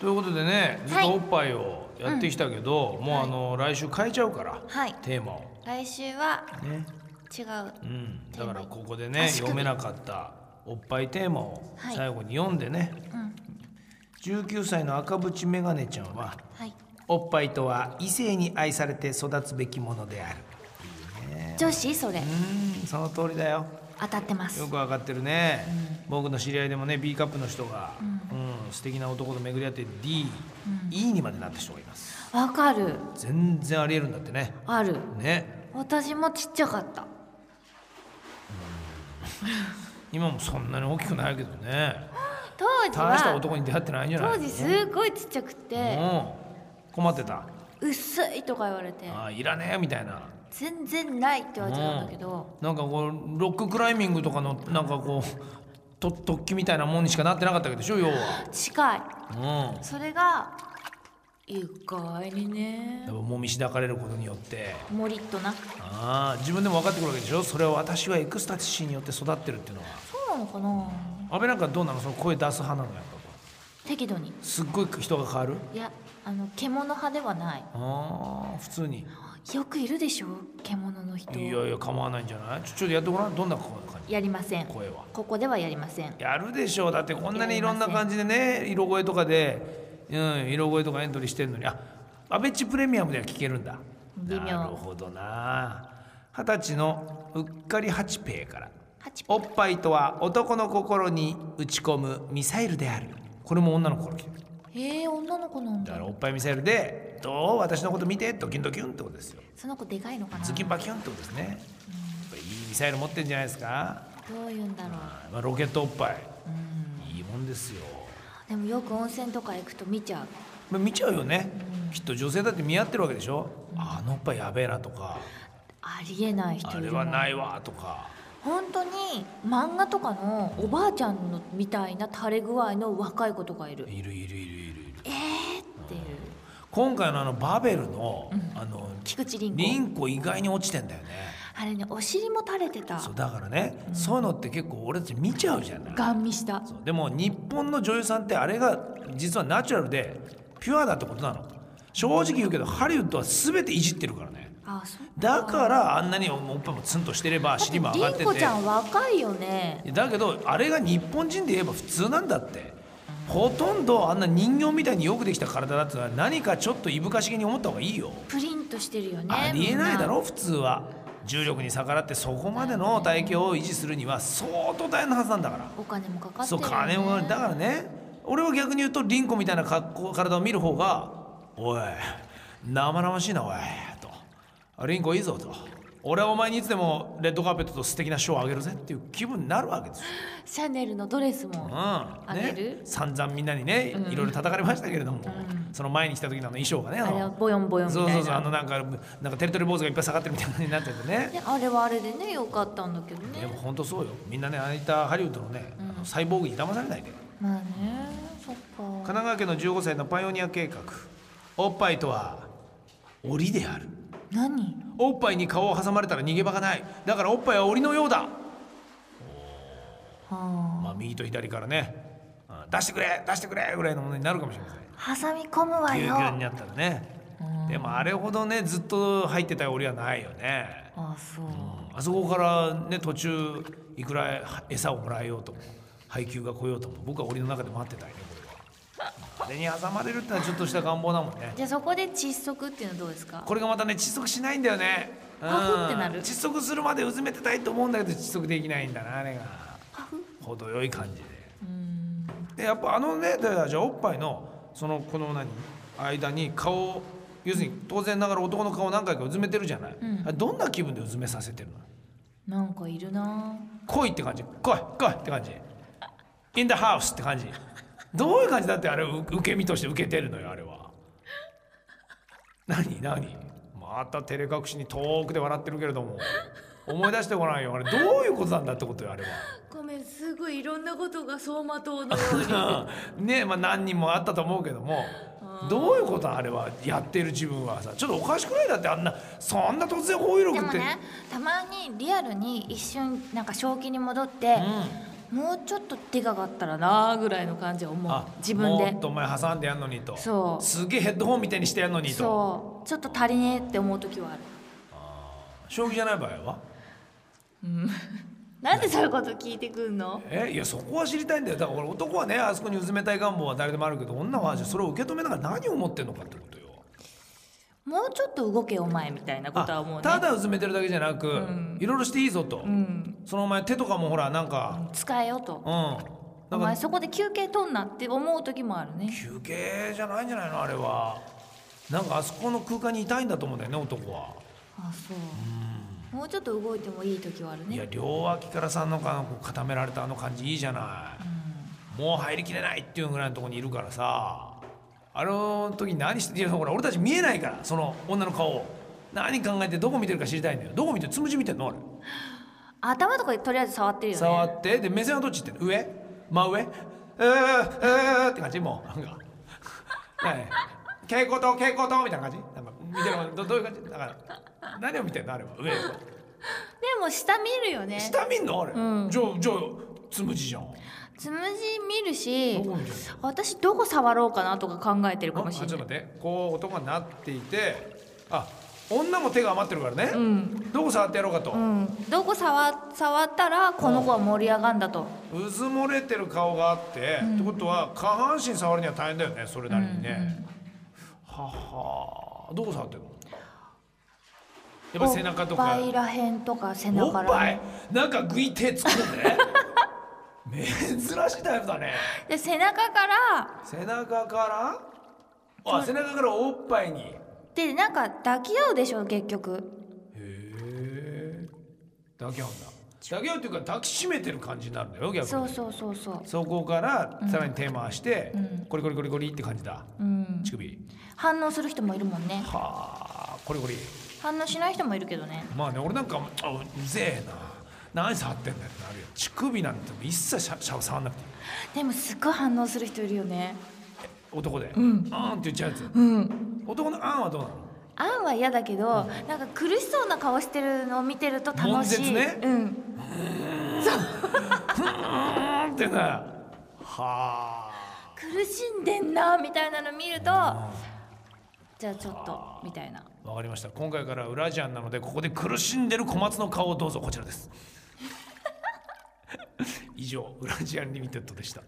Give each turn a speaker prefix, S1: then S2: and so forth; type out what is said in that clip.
S1: ということでねずっ
S2: はい
S1: とおっぱいをやってきたけど、もうあの、来週変えちゃうから、
S2: はい
S1: テーマを
S2: 来週は
S1: ね、
S2: 違う
S1: うん、だからここで
S2: 確か
S1: ね
S2: に
S1: 読めなかったおっぱいテーマを
S2: はい
S1: 最後に読んでね、19歳の赤縁メガネちゃんは
S2: はい
S1: おっぱいとは異性に愛されて育つべきものである
S2: 女子それ
S1: うんその通りだよ
S2: 当たってます
S1: よくわかってるね、僕の知り合いでもね B カップの人が、うん素敵な男と巡り合って DE、E にまでなった人がいます
S2: わかる
S1: 全然ありえるんだってね
S2: ある
S1: ね
S2: 私もちっちゃかった
S1: 今もそんなに大きくないけどね
S2: 当時
S1: 大した
S2: は
S1: 男に出会ってないんじゃな
S2: 当
S1: い
S2: 時すごいちっちゃくて
S1: うん困ってた
S2: 「薄い」とか言われて
S1: あーいらねえみたいな
S2: 「全然ない」って言われてたんだけど
S1: なんかこうロッククライミングとかのなんかこうと突起みたいなもんにしかなってなかったわけでしょ要は
S2: 近い
S1: うん
S2: それが意外にね
S1: でももみしだかれることによって
S2: もりっとなく
S1: ああ自分でも分かってくるわけでしょそれは私はエクスタシーによって育ってるっていうのは
S2: そうなのかな
S1: 安倍なんかどうなのその声出す派なのやっぱこ
S2: 適度に
S1: うすっごい人が変わる
S2: いやあの獣派ではない
S1: ああ普通に
S2: よくいるでしょ獣の人
S1: いやいや構わないんじゃないちょちょっとやってごらんどんな声か
S2: やりません
S1: 声は
S2: ここではやりません
S1: やるでしょうだってこんなにいろんな
S2: やりませ
S1: 感じでね色声とかで、うん、色声とかエントリーしてるのにあアベッチプレミアムでは聞けるんだ
S2: 微妙
S1: なるほどな二十歳のうっかり八ペイから
S2: 八
S1: おっぱいとは男の心に打ち込むミサイルであるこれも女の子から来てる
S2: えー、女の子なん
S1: だ
S2: だ
S1: からおっぱいミサイルでどう私のこと見てドキュンドキュンってことですよ
S2: その子でかいのかな
S1: ズキュンバキュンってことですねやっぱいいミサイル持ってんじゃないですか、
S2: どういうんだろう
S1: まあ、ロケットおっぱいいいもんですよ
S2: でもよく温泉とか行くと見ちゃう
S1: まあ見ちゃうよね、きっと女性だって見合ってるわけでしょ、あのおっぱいやべえなとか
S2: ありえない人
S1: あ
S2: い
S1: れ
S2: るも
S1: は
S2: ん
S1: ないわとか
S2: 本当に漫画とかのおばあちゃんのみたいな垂れ具合の若い子とかいる
S1: いるいるいるいるいる
S2: えーっていう
S1: 今回のあのバベルの、あの
S2: 菊池凛
S1: リ
S2: 子
S1: ンコ意外に落ちてんだよね
S2: あれねお尻も垂れてた
S1: そうだからね、そういうのって結構俺たち見ちゃうじゃない
S2: ガン見した
S1: そうでも日本の女優さんってあれが実はナチュラルでピュアだってことなの正直言うけどハリウッドは全ていじってるからね
S2: あそう
S1: だからあんなにおっぱいもツンとしてれば尻も上がってて
S2: りんこちゃん若いよね
S1: だけどあれが日本人で言えば普通なんだってほとんどあんな人形みたいによくできた体だってのは何かちょっといぶかしげに思った方がいいよ、
S2: プリンとしてるよね
S1: ありえないだ
S2: みん
S1: ろ普通は重力に逆らってそこまでの体型を維持するには相当大変なはずなんだから
S2: お金もかかって
S1: そう
S2: るよ、ね、
S1: 金もだからね俺は逆に言うとリンコみたいな格好体を見る方が「おい生々しいなおい」とあ「リンコいいぞ」と「俺はお前にいつでもレッドカーペットと素敵な賞をあげるぜ」っていう気分になるわけですよ。
S2: シャネルのドレス
S1: うん
S2: も
S1: ね、
S2: あげる
S1: 散々みんなにねいろいろ叩かれましたけれども、その前に来た時のあの衣装がねあ
S2: あれは
S1: の
S2: ボヨンボヨンみたい
S1: そ
S2: な
S1: うそうそうあのなんかなんかテリトリー坊主がいっぱい下がってるみたいな感じになっちゃってね。
S2: ねあれはあれでねよかったんだけど
S1: でも
S2: ね
S1: 本当そうよみんなねああいったハリウッドのね、あのサイボーグに騙されないで。
S2: まあねそっ
S1: 神
S2: か
S1: 奈川県の15歳のパイオニア計画おっぱいとは檻である
S2: 何
S1: おっぱいに顔を挟まれたら逃げ場がないだからおっぱいは檻のようだ
S2: は
S1: まあ右と左からね、うん出してくれ出してくれぐらいのものになるかもしれません
S2: あ挟み込むわ
S1: ぎゅうぎゅうにな
S2: よ
S1: ったらねでもあれほどねずっと入ってた檻はないよね、
S2: あそう
S1: うんあそこからね途中いくら餌をもらえようとも配給が来ようとも僕は檻の中で待ってたいねこれはあれに挟まれるってのはちょっとした願望だもんね
S2: じゃあそこで窒息っていうのはどうですか
S1: これがまたね窒息しないんだよねうん
S2: パフってなる
S1: 窒息するまでうずめてたいと思うんだけど窒息できないんだなあれが
S2: パフ
S1: 程よい感じで
S2: うん
S1: でやっぱあのねだからじゃあおっぱいのそのこの何間に顔を要するに当然ながら男の顔を何回かうずめてるじゃない、
S2: ん
S1: あれどんな気分でうずめさせてるの
S2: なんかいるな
S1: 来いって感じ来い来いって感じ in the house って感じどういう感じだってあれう受け身として受けてるのよあれは何何また照れ隠しに遠くで笑ってるけれども思い出してこないよあれどういうことなんだってことよあれ
S2: ごめんすごいいろんなことが走馬灯のように
S1: は ねまあ何人もあったと思うけどもどういうことあれはやってる自分はさちょっとおかしくないだってあんなそんな突然包囲
S2: で
S1: 力っ
S2: も
S1: て、
S2: ねたまにリアルに一瞬なんか正気に戻って、もうちょっとでかかったらなーぐらいの感じは思う
S1: あ
S2: 自分で
S1: もっとお前挟んでやんのにと
S2: そう
S1: すげえヘッドホンみたいにしてやんのにと
S2: そうちょっと足りねえって思う時はある
S1: 将棋じゃない場合は
S2: なんでそういうこと聞いてくんの
S1: えいやそこは知りたいんだよだから俺男はねあそこにうずめたい願望は誰でもあるけど女はじゃあそれを受け止めながら何を思ってんのかってことよ
S2: もうちょっと動けお前みたいなことは思う
S1: あ
S2: ね
S1: ただうずめてるだけじゃなく、いろいろしていいぞと、
S2: うん
S1: そのお前手とかもほらなんか
S2: 使えよと
S1: うんな
S2: お
S1: んか
S2: 前そこで休憩取んなって思う時もあるね
S1: 休憩じゃないんじゃないのあれはなんかあそこの空間にいたいんだと思うんだよね男は、
S2: あそうもうちょっと動いてもいい時はある
S1: いや
S2: ね
S1: 両脇からさんのかこう固められたあの感じいいじゃない、もう入りきれないっていうぐらいのところにいるからさあの時に何していやほら俺たち見えないからその女の顔を何考えてどこ見てるか知りたいんだよどこ見てるつむじ見てんのあれ
S2: 頭とかでとりあえず触ってるよね
S1: 触ってで目線はどっちって上真上えー、えー、って感じもうなんか はい蛍光灯蛍光灯みたいな感じなんか見てるもんどどういう感じだから何を見てんのあれは上
S2: でも下見るよね
S1: 下見んのあれ、
S2: うん
S1: じゃあじゃあつむじじゃん
S2: つむじ見るし
S1: どこ見てる
S2: 私どこ触ろうかなとか考えてるかも
S1: あ
S2: し
S1: ち
S2: れ
S1: ょっと
S2: ない
S1: 待ってこう男になっていてあ女も手が余ってるからね、
S2: ん
S1: どこ触ってやろうかと、
S2: うん、どこ触触ったらこの子は盛り上がんだと、
S1: うずもれてる顔があって、ってことは下半身触るには大変だよねそれなりにね、ははどこ触ってるのやっぱ背中とか
S2: おっぱいらへんとか背
S1: おっ
S2: 中ら
S1: ぱ
S2: へ
S1: い
S2: ん
S1: なんかグイ手突っ込んで 珍しいタイプだね
S2: で背中から
S1: 背中からあ背中からおっぱいにへ
S2: でなんか抱き合うでしょ結局
S1: え抱き合うんだ抱き合うっていうか抱きしめてる感じになるんだよ逆に
S2: そうそうそうそう
S1: そこからさらに手回して、コリコリコリコリって感じだ、
S2: うん
S1: 乳首
S2: 反応する人もいるもんね
S1: はあこれこれ
S2: 反応しない人もいるけどね
S1: まあね俺なんかあうぜえな何触ってんだよってなるよ乳首なんて一切しゃしゃ触んなくていい
S2: でもすっごい反応する人いるよね
S1: 男で「うん」あんって言っちゃうやつ
S2: うん
S1: 男の「あん」はどうなの
S2: あんは嫌だけど、なんか苦しそうな顔してるのを見てると楽しい、
S1: 悶絶ね
S2: うん
S1: あんってねはあ
S2: 苦しんでんなみたいなの見るとじゃあちょっとみたいな
S1: わかりました今回からウラジアンなのでここで苦しんでる小松の顔をどうぞこちらです以上ウラジアンリミテッドでした